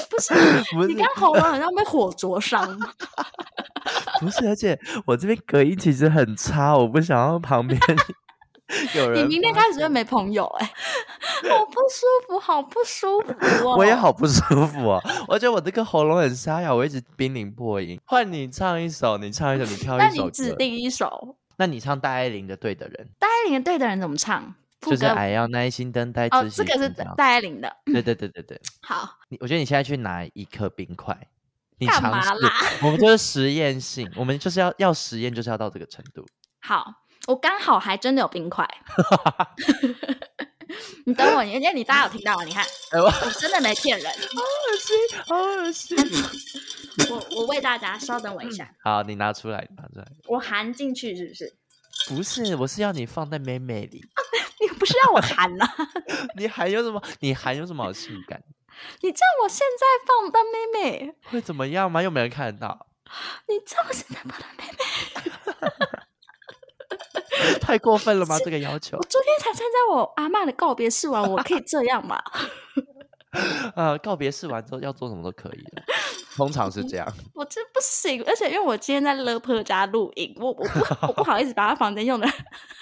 不是，不你是刚喉咙好像被火灼伤， [LAUGHS] 不是，而且我这边隔音其实很差，我不想要旁边 [LAUGHS] 有人。你明天开始就没朋友哎、 [LAUGHS] 好不舒服，好不舒服哦。我也好不舒服哦，我觉得我这个喉咙很沙哑，我一直濒临破音。换你唱一首，你唱一首，你挑那一首你歌。指定一首那你唱戴爱玲的《对的人戴爱玲的《对的人》怎么唱？》，副就是歌还要耐心啊等待哦自，己这成个长。是嗯戴爱玲的。对对对对对，好，你我觉得你现在去拿一颗冰块，你干尝嘛试啦。我们就是实验性，我们就是要要实验，就是要到这个程度。好，我刚好还真的有 [LAUGHS] 冰块。你等我，因为你大家有听到啊吗？你看， [LAUGHS] 哎，我我真的没骗 [LAUGHS] 人，好恶心。我我为大家稍等我一下， [LAUGHS] 好，你拿出来，拿出来。我含进去是不是？ [LAUGHS] 不是，我是要你放在妹妹里。你不是让我含呐、你还有什么？你还有什么好性感？你叫我现在放的妹妹，会怎么样吗？又没人看得到， [LAUGHS] 你叫我现在放的 [LAUGHS] 妹妹。太过分了吗？这个要求我昨天才参加我阿嬷的告别式完，我可以这样吗？ [LAUGHS] 呃，告别式完之后要做什么都可以了，通常是这样。我这不行，而且因为我今天在乐婆家录音，我我不我不好意思把他房间用的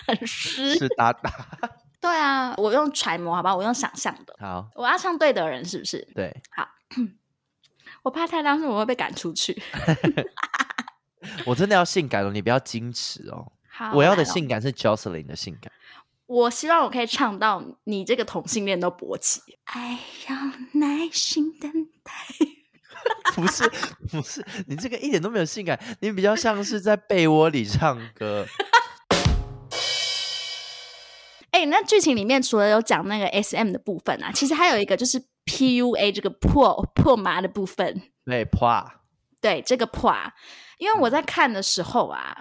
很 [LAUGHS] 湿。是哒哒。 [LAUGHS] 对啊，我用揣摩好吧，我用想象的。好，我要唱对的人是不是？对，我怕太当时我会被赶出去。我真的要性感了，你不要矜持哦。好，我要的来咯，性感是 Jocelyn 的性感。我希望我可以唱到你这个同性恋都勃起。爱要哎耐心等待。不是不是，你这个一点都没有性感，你比较像是在被窝里唱歌。哎、那剧情里面除了有讲那个 S M 的部分啊，其实还有一个就是 P U A 这个破破麻的部分。对，啪，对这个破啊，因为我在看的时候啊，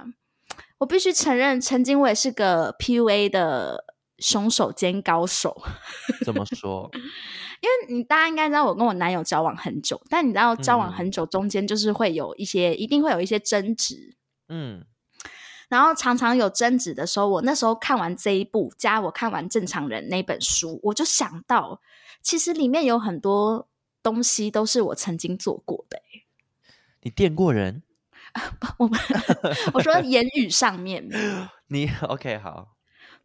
我必须承认，曾经我也是个 PUA 的凶手兼高手。怎么说？因为你大家应该知道，我跟我男友交往很久，但你知道交往很久中间就是会有一些，一定会有一些争执。嗯，然后常常有争执的时候，我那时候看完这一部，加我看完《正常人》那本书，我就想到，其实里面有很多东西都是我曾经做过 [LAUGHS] 的、欸你电过人？ [LAUGHS] 我们我说言语上面，你 OK 好，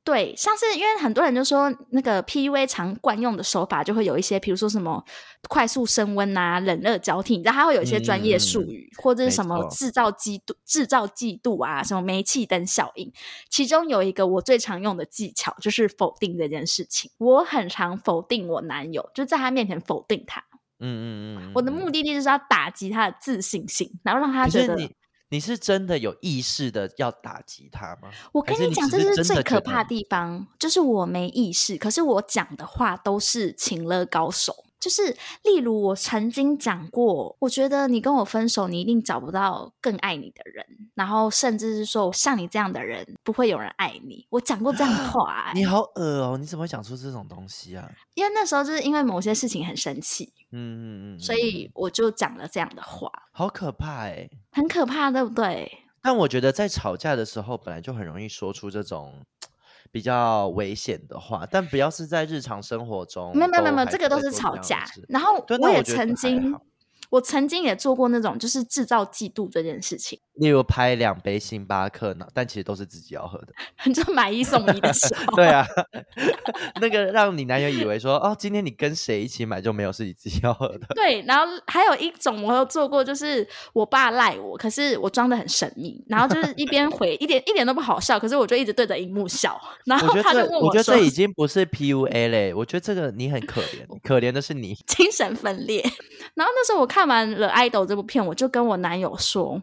对，像是因为很多人就说那个 PUA 常惯用的手法就会有一些，比如说什么快速升温啊、冷热交替，你知道它会有一些专业术语，或者是嗯没什么错制造季度、制造季度啊、什么煤气灯效应。其中有一个我最常用的技巧就是否定这件事情，我很常否定我男友，就在他面前否定他。嗯嗯嗯，我的嗯目的地就是要打击他的自信心，然后让他可觉是得你你是真的有意识的要打击他吗？我还跟是你你讲，只这是是真最的可觉怕得的地方，就是我没意识，可是我讲的话都是情勒高手。就是，例如我曾经讲过，我觉得你跟我分手，你一定找不到更爱你的人，然后甚至是说像你这样的人不会有人爱你。我讲过这样的话、啊你欸，好恶哦，你怎么会讲出这种东西啊？因为那时候就是因为某些事情很生气，嗯嗯嗯，所嗯以嗯我就讲了这样的话，好可怕哎、很可怕，对不对？但我觉得在吵架的时候，本来就很容易说出这种比较危险的话，但不要是在日常生活中。没有没有没有没有，还这个都在是做吵样的架事。然后对我那也我觉得曾还经好，我曾经也做过那种就是制造嫉妒这件事情，例如拍两杯星巴克呢，但其实都是自己要喝的。就买一送一的 [LAUGHS] 时候，对啊，那个让你男友以为说哦，今天你跟谁一起买就没有是你自己要喝的。对。然后还有一种我有做过，就是我爸赖我，可是我装的很神秘，然后就是一边回一点一点都不好笑，可是我就一直对着荧幕笑，然我后觉得他就这问，我觉得说这已经不是 PUA 嘞，我觉得这个你很可怜，可怜的是你。精神分裂。然后那时候我看完了《idol》这部片，我就跟我男友说：“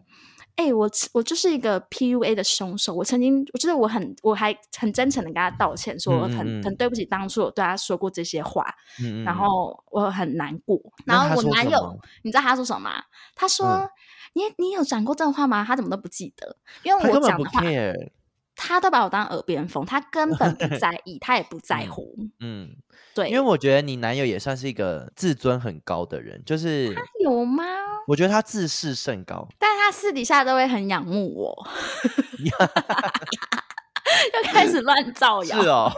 哎、我我就是一个 PUA 的凶手。我曾经，我觉得我很，我还很真诚的跟他道歉，说嗯嗯很嗯很对不起，当初我对他说过这些话，嗯嗯然嗯后我很难过。那然后他我说男什友么，你知道他说什么吗？他说。嗯你你有讲过这种话吗？他怎么都不记得，因他为我根本讲不的话， care。他都把我当耳边风，他根本不在意，他也不在 [LAUGHS] 嗯乎。嗯，对，因为我觉得你男友也算是一个自尊很高的人，就是有吗？我觉得他自视甚高。但他私底下都会很仰慕 [LAUGHS] 我，又开始乱造是谣。哦，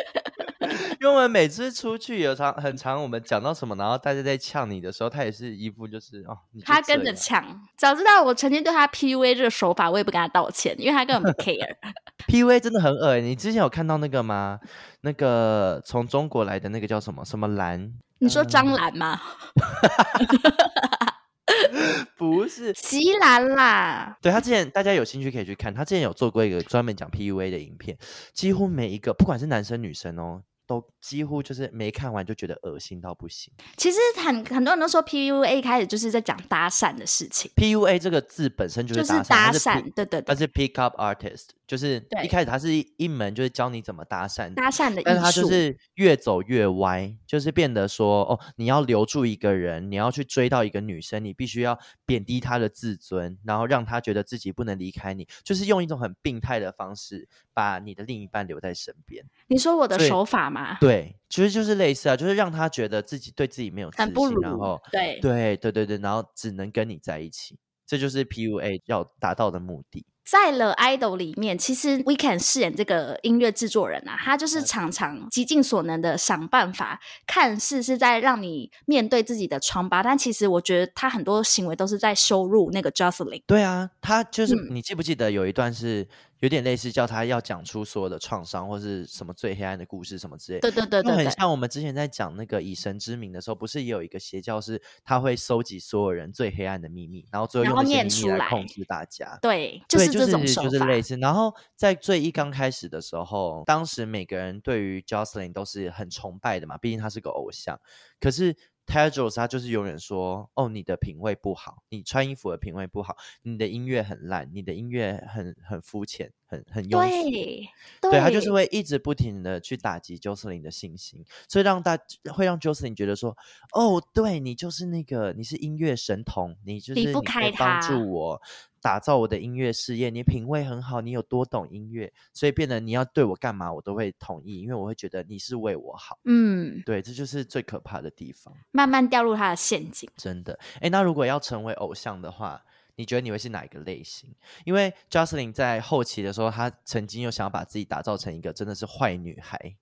[LAUGHS] 因为我们每次出去有常很常，我们讲到什么，然后大家在呛你的时候，他也是一副就是哦，你就他跟这着样抢，早知道我曾经对他 PUA 这个手法，我也不跟他道歉，因为他根本不 [LAUGHS] care。 PUA 真的很恶欸。你之前有看到那个吗？那个从中国来的那个叫什么什么兰？你说张兰吗？不是，席兰啦，对他之前，大家有兴趣可以去看，他之前有做过一个专门讲 PUA 的影片，几乎每一个不管是男生女生哦，都几乎就是没看完就觉得恶心到不行。其实很很多人都说 PUA 一开始就是在讲搭讪的事情， PUA 这个字本身就就是是搭讪，它搭是 pick- 讪，对对它对，是 pick up artist，就是对一开始它是一一门就是教你怎么搭讪的。搭讪的但是艺它就术。是越走越歪，就是变得说哦，你要留住一个人，你要去追到一个女生，你必须要贬低她的自尊，然后让她觉得自己不能离开你，就是用一种很病态的方式把你的另一半留在身边。你说我的所以手法吗？对，其实就是类似啊，就是让她觉得自己对自己没有自很不信，然如后，对，对对对对，然后只能跟你在一起，这就是 PUA 要达到的目的。在《了 Idol》里面，其实 Weekend 饰演这个音乐制作人啊，他嗯就是常常极尽所能的想办法，看似是在让你面对自己的疮疤，但其实我觉得他很多行为都是在羞辱那个 Jocelyn。对啊，他就是、嗯你记不记得有一段是有点类似叫他要讲出所有的创伤或是什么最黑暗的故事什么之类的，对对对就对很对，像我们之前在讲那个以神之名的时候，不是也有一个邪教是他会收集所有人最黑暗的秘密，然后最后然用后那些念秘密出来来控制大家。对，就对，是就这种是手就是法。类似，然后在最一刚开始的时候，当时每个人对于 Jocelyn 都是很崇拜的嘛，毕竟他是个偶像。可是 Tedros 他就是永远说，哦，你的品味不好，你穿衣服的品味不好，你的音乐很烂，你的音乐很很肤浅，很很庸俗。对，对对他就是会一直不停的去打击 Jocelyn 的信心，所以让大会让 Jocelyn 觉得说，哦，对你就是那个你是音乐神童，你就是离你不可开以帮他助我打造我的音乐事业，你品味很好，你有多懂音乐，所以变得你要对我干嘛我都会同意，因为我会觉得你是为我好。嗯，对，这就是最可怕的地方，慢慢掉入他的陷阱。真的。哎，那如果要成为偶像的话。你觉得你会是哪一个类型？因为 Jocelyn 在后期的时候，她曾经又想要把自己打造成一个真的是坏女孩，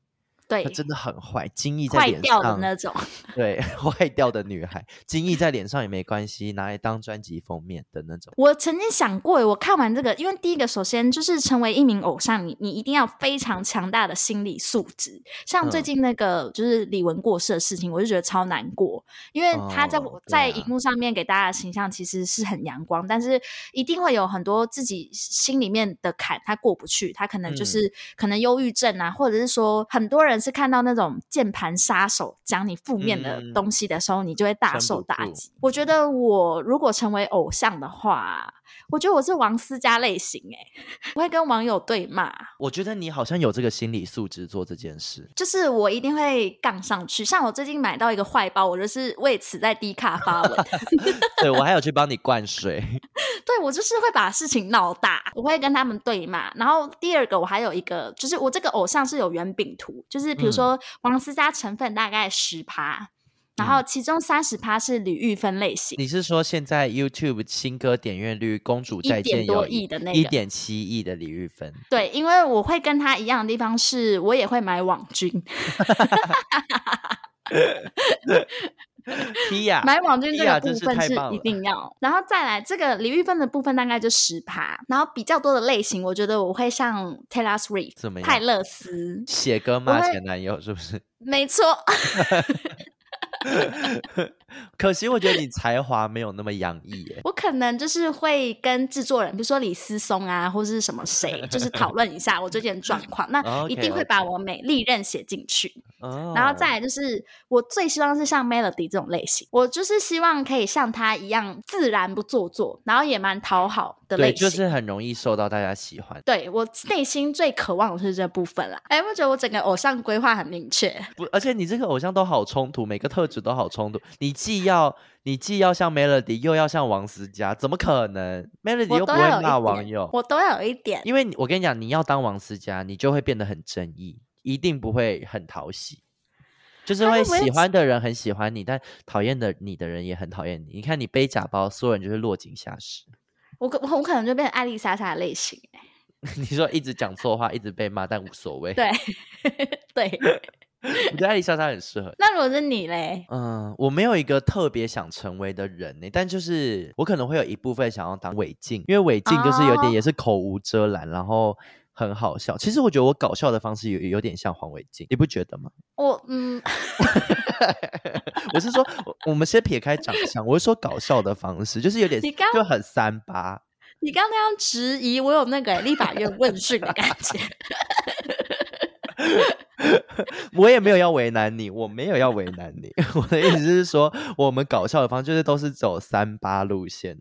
对她，真的很坏，精液在坏脸掉的上，那种。对， [LAUGHS] 坏掉的女孩，精液在脸上也没关系，拿来当专辑封面的那种。我曾经想过，我看完这个，因为第一个，首先就是成为一名偶像，你你一定要非常强大的心理素质。像最嗯近那个就是李玟过世的事情，我就觉得超难过，因为他在、哦对在啊荧幕上面给大家的形象其实是很阳光，但是一定会有很多自己心里面的坎他过不去，他可能就是、嗯可能忧郁症啊，或者是说很多人是看到那种键盘杀手讲你负面的嗯东西的时候，你就会大撑受不打住击。我觉得我如果成为偶像的话，我觉得我是王思佳类型诶、 [LAUGHS] 我会跟网友对骂，我觉得你好像有这个心理素质做这件事。 [LAUGHS] 就是我一定会杠上去。像我最近买到一个坏包，我就是为此在低卡发文， [LAUGHS] 对我还有去帮你灌水， [LAUGHS] 对我就是会把事情闹大，我会跟他们对骂。然后第二个，我还有一个，就是我这个偶像是有圆饼图，就是比如嗯说王思佳成分大概十趴，嗯然后其中三十趴是吕玉芬类型。你是说现在 YouTube 新歌点阅率《公主一再点见》多有亿的那一个点七亿的李玉 [LAUGHS] 芬？对，因为我会跟他一样的地方是，我也会买网军， t i 买网军哎这呀个真部是分太是棒一了定要。然后再来这个李玉芬的部分大概就十趴，然后比较多的类型，我觉得我会像 Taylor Swift 怎么样泰勒斯，写歌骂前男友是不是？没错， [LAUGHS] 可惜我觉得你才华没有那么洋溢耶。我可能就是会跟制作人，比如说李思松啊，或是什么谁，就是讨论一下我最近的状况。那一定会把 OK，OK 我每历任写进去。哦 [LAUGHS] 然后再来就是，我最希望是像 Melody 这种类型，我就是希望可以像她一样自然不做作，然后也蛮讨好的对，类型。就是很容易受到大家喜欢。对我内心最渴望的是这部分啦。哎，我觉得我整个偶像规划很明确，不，而且你这个偶像都好冲突，每个特质都好冲突。你既要你既要像 Melody，又要像王思佳，怎么可能？Melody 我又不都会要有一骂点网友，我都要有一点。因为你我跟你讲，你要当王思佳，你就会变得很争议，一定不会很讨喜。就是啊会我也喜欢的人很喜欢你，但讨厌的你的人也很讨厌你。你看你背假包，所有人就是落井下石。 [LAUGHS] 我可我可能就变成艾丽莎莎的类型。你说一直讲错话，一直被骂，但无所谓。对 [LAUGHS] 对，我觉得艾丽莎莎很适合。那如果是你嘞？嗯，我没有一个特别想成为的人呢、但就是我可能会有一部分想要当韦静，因为韦静就是有哦点也是口无遮拦，然后很好笑。其实我觉得我搞笑的方式有有点像黄伟静，你不觉得吗？ [LAUGHS] 我嗯，我是说，我我们先撇开长相，我是说搞笑的方式，就是有点你刚就很三八。你刚刚那样质疑，我有那个立法院问讯的感觉。 [LAUGHS] 我也没有要为难你，我没有要为难你， [LAUGHS] 我的意思是说，我们搞笑的方式就是都是走三八路线。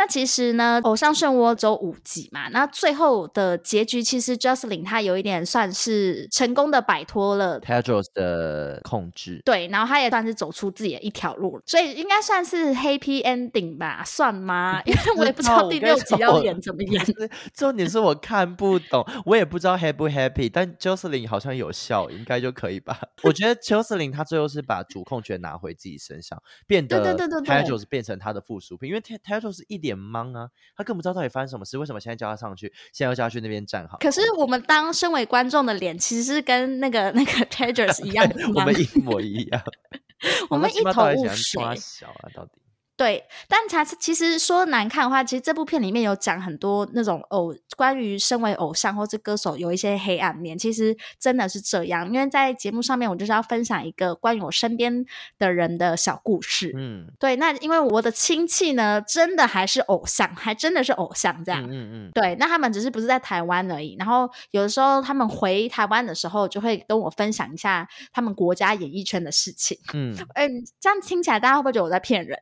那其实呢，《偶像漩涡》只有五集嘛，那最后的结局其实 Justin 他有一点算是成功的摆脱了。 Tedros 的控制，对，然后他也算是走出自己的一条路了，所以应该算是 happy ending 吧，算吗？因为我也不知道道我第跟你六集说要我演怎么不演。是，重点是我看不懂，我也不知道 happy 不 happy，但 Jocelyn 好像有笑，应该就可以吧？ [LAUGHS] 我觉得 Jocelyn 他最后是把主控权拿回自己身上，变对得对对对对 Tedros 变成他的附属品，因为 Ted- Tedros 一脸懵啊，他根本不知道到底发生什么事，为什么现在叫他上去，现在又叫他去那边站好？ [LAUGHS] 可是我们当身为观众的脸，其实是跟那个那个 t a d g e r s 一样 [LAUGHS] 我吗们一模一样， [LAUGHS] 我们鸡一巴头到底雾喜水欢。抓小啊，到底对，但查其实说难看的话，其实这部片里面有讲很多那种偶关于身为偶像或是歌手有一些黑暗面，其实真的是这样。因为在节目上面，我就是要分享一个关于我身边的人的小故事。嗯，对，那因为我的亲戚呢，真的还是偶像，还真的是偶像这样。嗯嗯嗯，对，那他们只是不是在台湾而已。然后有的时候他们回台湾的时候，就会跟我分享一下他们国家演艺圈的事情。嗯， [LAUGHS] 嗯，这样听起来大家会不会觉得我在骗人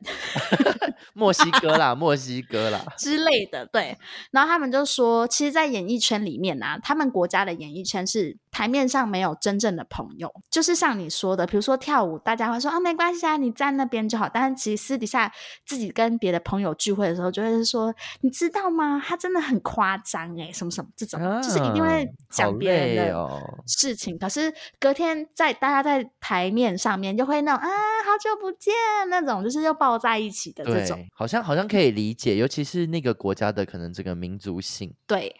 墨西哥啦，墨西哥啦，之类的？对。然后他们就说，其实，在演艺圈里面啊，他们国家的演艺圈是台面上没有真正的朋友，就是像你说的，比如说跳舞，大家会说啊没关系啊，你站那边就好。但是其实私底下自己跟别的朋友聚会的时候，就会说，你知道吗？他真的很夸张诶、什么什么这种，就是一定啊会好讲别累人的。哦，事情，可是隔天在大家在台面上面就会那种啊，好久不见那种，就是又抱在一起的这种。对，好像好像可以理解，尤其是那个国家的可能这个民族性，对，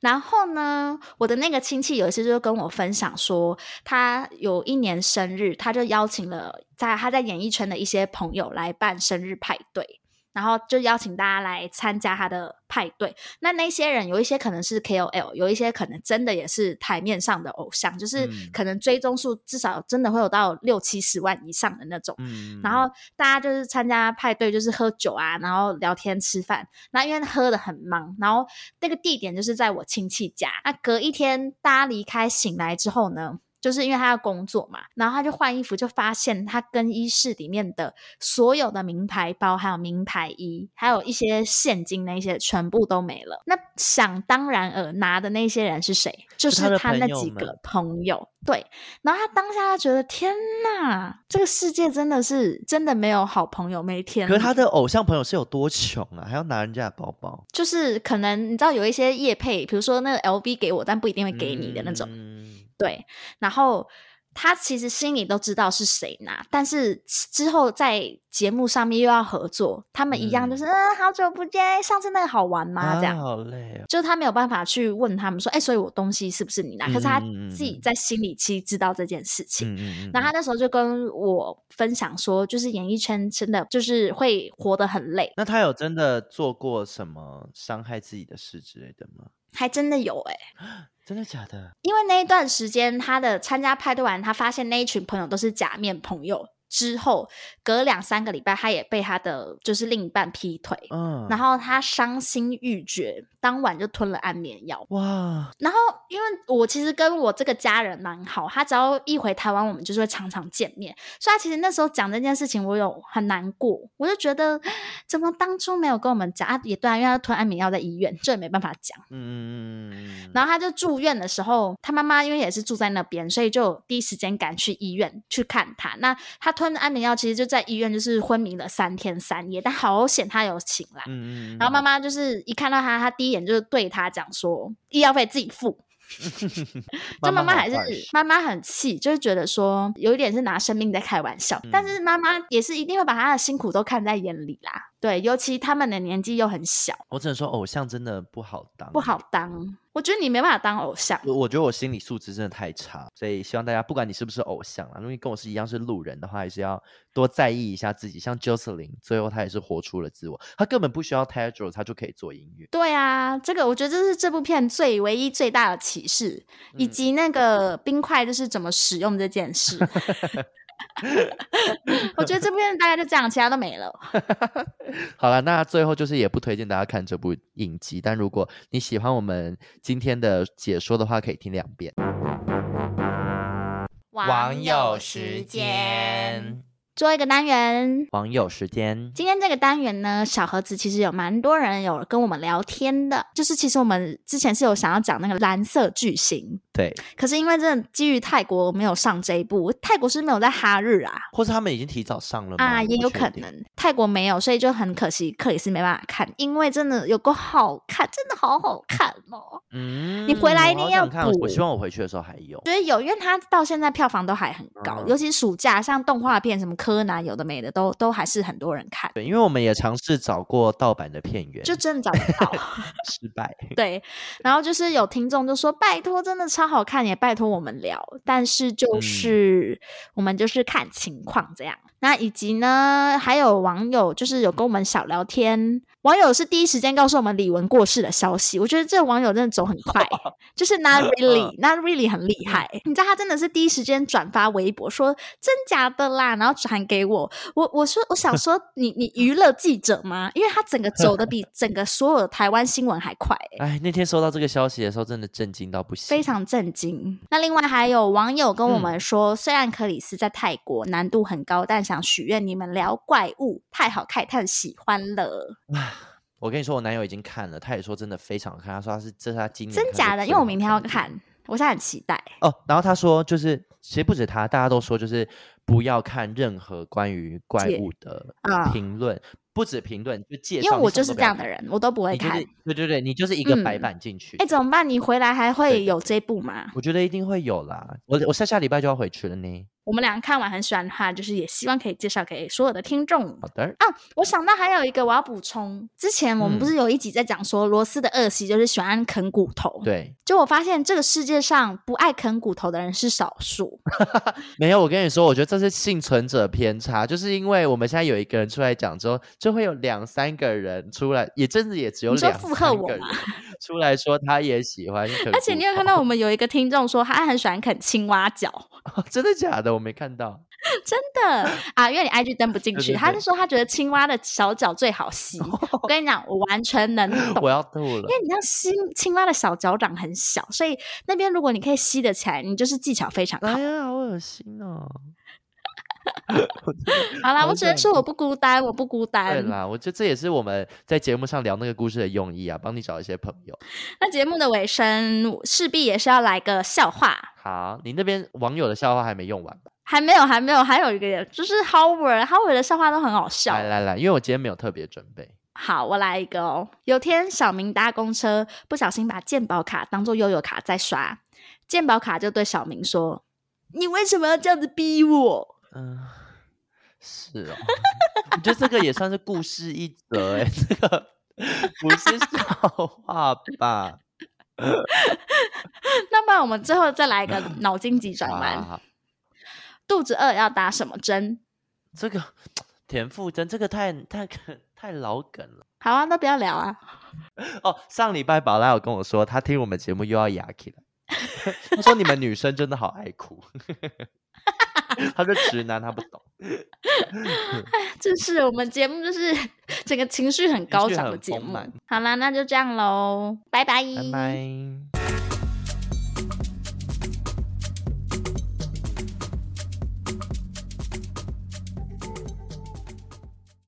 然后呢，我的那个亲戚有一次就跟我分享说，他有一年生日，他就邀请了在他在演艺圈的一些朋友来办生日派对，然后就邀请大家来参加他的派对。那那些人有一些可能是 KOL，有一些可能真的也是台面上的偶像，就是嗯可能追踪数至少真的会有到六七十万以上的那种。嗯，然后大家就是参加派对，就是喝酒啊，然后聊天吃饭。那因为喝的很忙，然后那个地点就是在我亲戚家。那隔一天大家离开醒来之后呢，就是因为他要工作嘛，然后他就换衣服，就发现他更衣室里面的所有的名牌包，还有名牌衣，还有一些现金那些，全部都没了。那想当然尔拿的那些人是谁？就是他的他朋那友几们个朋友。对，然后他当下他觉得天呐，这个世界真的是真的没有好朋友，没天可是理。他的偶像朋友是有多穷啊，还要拿人家的包包，就是可能你知道有一些业配，比如说那个 LV 给我，但不一定会给你的那种。嗯对，然后他其实心里都知道是谁拿，但是之后在节目上面又要合作，他们一样就是嗯、好久不见，上次那个好玩吗？这样啊。好累哦。就是他没有办法去问他们说，哎、所以我东西是不是你拿？可是他嗯嗯嗯嗯嗯自己在心里其实知道这件事嗯情，嗯嗯，那他那时候就跟我分享说，就是演艺圈真的就是会活得很累，那他有真的做过什么伤害自己的事之类的吗？还真的有诶、欸真的假的？因为那一段时间他的参加派对完，他发现那一群朋友都是假面朋友。之后隔两三个礼拜，他也被他的就是另一半劈腿，嗯，然后他伤心欲绝，当晚就吞了安眠药。哇，然后，因为我其实跟我这个家人蛮好，他只要一回台湾，我们就是会常常见面。所以他其实那时候讲这件事情，我有很难过，我就觉得怎么当初没有跟我们讲啊？也对啊，因为他吞安眠药在医院，这也没办法讲。嗯嗯嗯嗯嗯然后他就住院的时候，他妈妈因为也是住在那边，所以就第一时间赶去医院去看他。那他吞安眠药，其实就在医院就是昏迷了三天三夜，但好险他有醒来。嗯嗯嗯，然后妈妈就是一看到他，他第一眼就是对他讲说，医药费自己付。就妈妈好还是坏妈妈很气，就是觉得说有一点是拿生命在开玩笑，但嗯是妈妈也是一定会把她的辛苦都看在眼里啦。对，尤其他们的年纪又很小，我只能说偶像真的不好当，不好。当。我觉得你没办法当偶像，我我觉得我心理素质真的太差，所以希望大家不管你是不是偶像啊，如果你跟我是一样是路人的话，还是要多在意一下自己。像 Jocelyn，最后她也是活出了自我，她根本不需要 t a d r o 她就可以做音 [LAUGHS] 乐。对啊，这个我觉得这是这部片最唯一最大的启示，以嗯及那个冰块就是怎么使用这件事。我觉得这部片大概就这样，其他都没了。好了，那最后就是也不推荐大家看这部影集，但如果你喜欢我们今天的解说的话，可以听两遍。做一个单元，网友时间，今天这个单元呢，小盒子其实有蛮多人有跟我们聊天的，就是其实我们之前是有想要讲那个蓝色巨星，对，可是因为真的基于泰国没有上这一部，泰国是没有在哈日啊或是他们已经提早上了吗啊我也不有确可定能泰国没有，所以就很可惜，克里斯没办法看，因为真的有够好看，真的好好看哦，嗯，你回我来一定好要想看我补希望我回去的时候还有。觉得有，因为它到现在票房都还很高，嗯尤其暑假像动画片什么柯南有的没的都都还是很多人看，对，因为我们也尝试找过盗版的片源，就真的找不到。失败。对，然后就是有听众就说：“拜托，真的超好看，也拜托我们聊。”但是就是、我们就是看情况这样。那以及呢，还有网友就是有跟我们小聊天，网友是第一时间告诉我们李玟过世的消息。我觉得这网友真的走很快，就是 Not really，Not really 很厉害。你知道他真的是第一时间转发微博说真假的啦，然后传给我。我我说我想说你你娱乐记者吗？因为他整个走的比整个所有的台湾新闻还快、欸。哎，那天收到这个消息的时候，真的震惊到不行。非常震惊。那另外还有网友跟我嗯们说，虽然克里斯在泰国难度很高，但想许愿你们聊怪物，太好看，太喜欢了。我跟你说，我男友已经看了，他也说真的非常好看。他说他是这是他今年真看假过的？最因为我好明天要的看，我现在很期待。哦。然后他说，就是其实不止他，大家都说就是不要看任何关于怪解物的啊评论，不止评论，就介绍。因为你我什么就是都不这要样的看，人，我都不会你就看是。对对对，你就是一个白嗯板进去。哎，怎么办？你回来还对会对有这一部吗？我觉得一定会有啦。我我下下礼拜就要回去了呢。我们俩看完很喜欢的话，就是也希望可以介绍给所有的听众。好的，啊，我想到还有一个我要补充，之前我们嗯不是有一集在讲说罗斯的恶习就是喜欢啃骨头，对，就我发现这个世界上不爱啃骨头的人是少数，没有，我跟你说，我觉得这是幸存者偏差，就是因为我们现在有一个人出来讲之后，就会有两三个人出来，也真的也只有你说两附和三我个人吗出来说他也喜欢啃骨头，而且你有看到我们有一个听众说他很喜欢啃青蛙脚，哦真的假的？我没看到，真 [LAUGHS] 的啊，因为你 IG 登不进对去，对对他哦就说他觉得青蛙的小脚最好吸。我跟你讲，我完全 [LAUGHS] 能懂我。要吐了因。为你像青青蛙的小脚掌很小，所以那边如果你可以吸得起来，你就是技巧非常好哎。呀，好恶心哦！好啦，好我只能说想我不孤单，我不孤对单。啦，我觉得这也是我们在节目上聊那个故事的用意啊，帮你找一些朋友。那节目的尾声我势必也是要来个笑话，好，你那边网友的笑话还没用完吧？还没有，还没有，还有一个就是 Howard，Howard 的笑话都很好笑。来来来，因为我今天没有特别准备。好，我来一个哦。有天小明搭公车，不小心把健保卡当做悠游卡在刷，健保卡就对小明说：“你为什么要这样子逼我？” [LAUGHS] 嗯，是哦，我觉得这个也算是故事一则哎、这个不是笑 [LAUGHS] 话吧？那不然我们最后再来一 [LAUGHS] 个脑筋急转好弯。好好肚子饿要打什么针？这个田馥甄这个太太太老梗了好啊，那不要聊啊。哦。上礼拜宝拉有跟我说，她听我们节目又要牙起来， [LAUGHS] 她说你们女生真的好爱哭。 [LAUGHS] 他说直男他不懂，就是我们节目就是 [LAUGHS] 整个情绪很高涨的节情绪很丰目满。好啦，那就这样喽，拜拜，拜拜。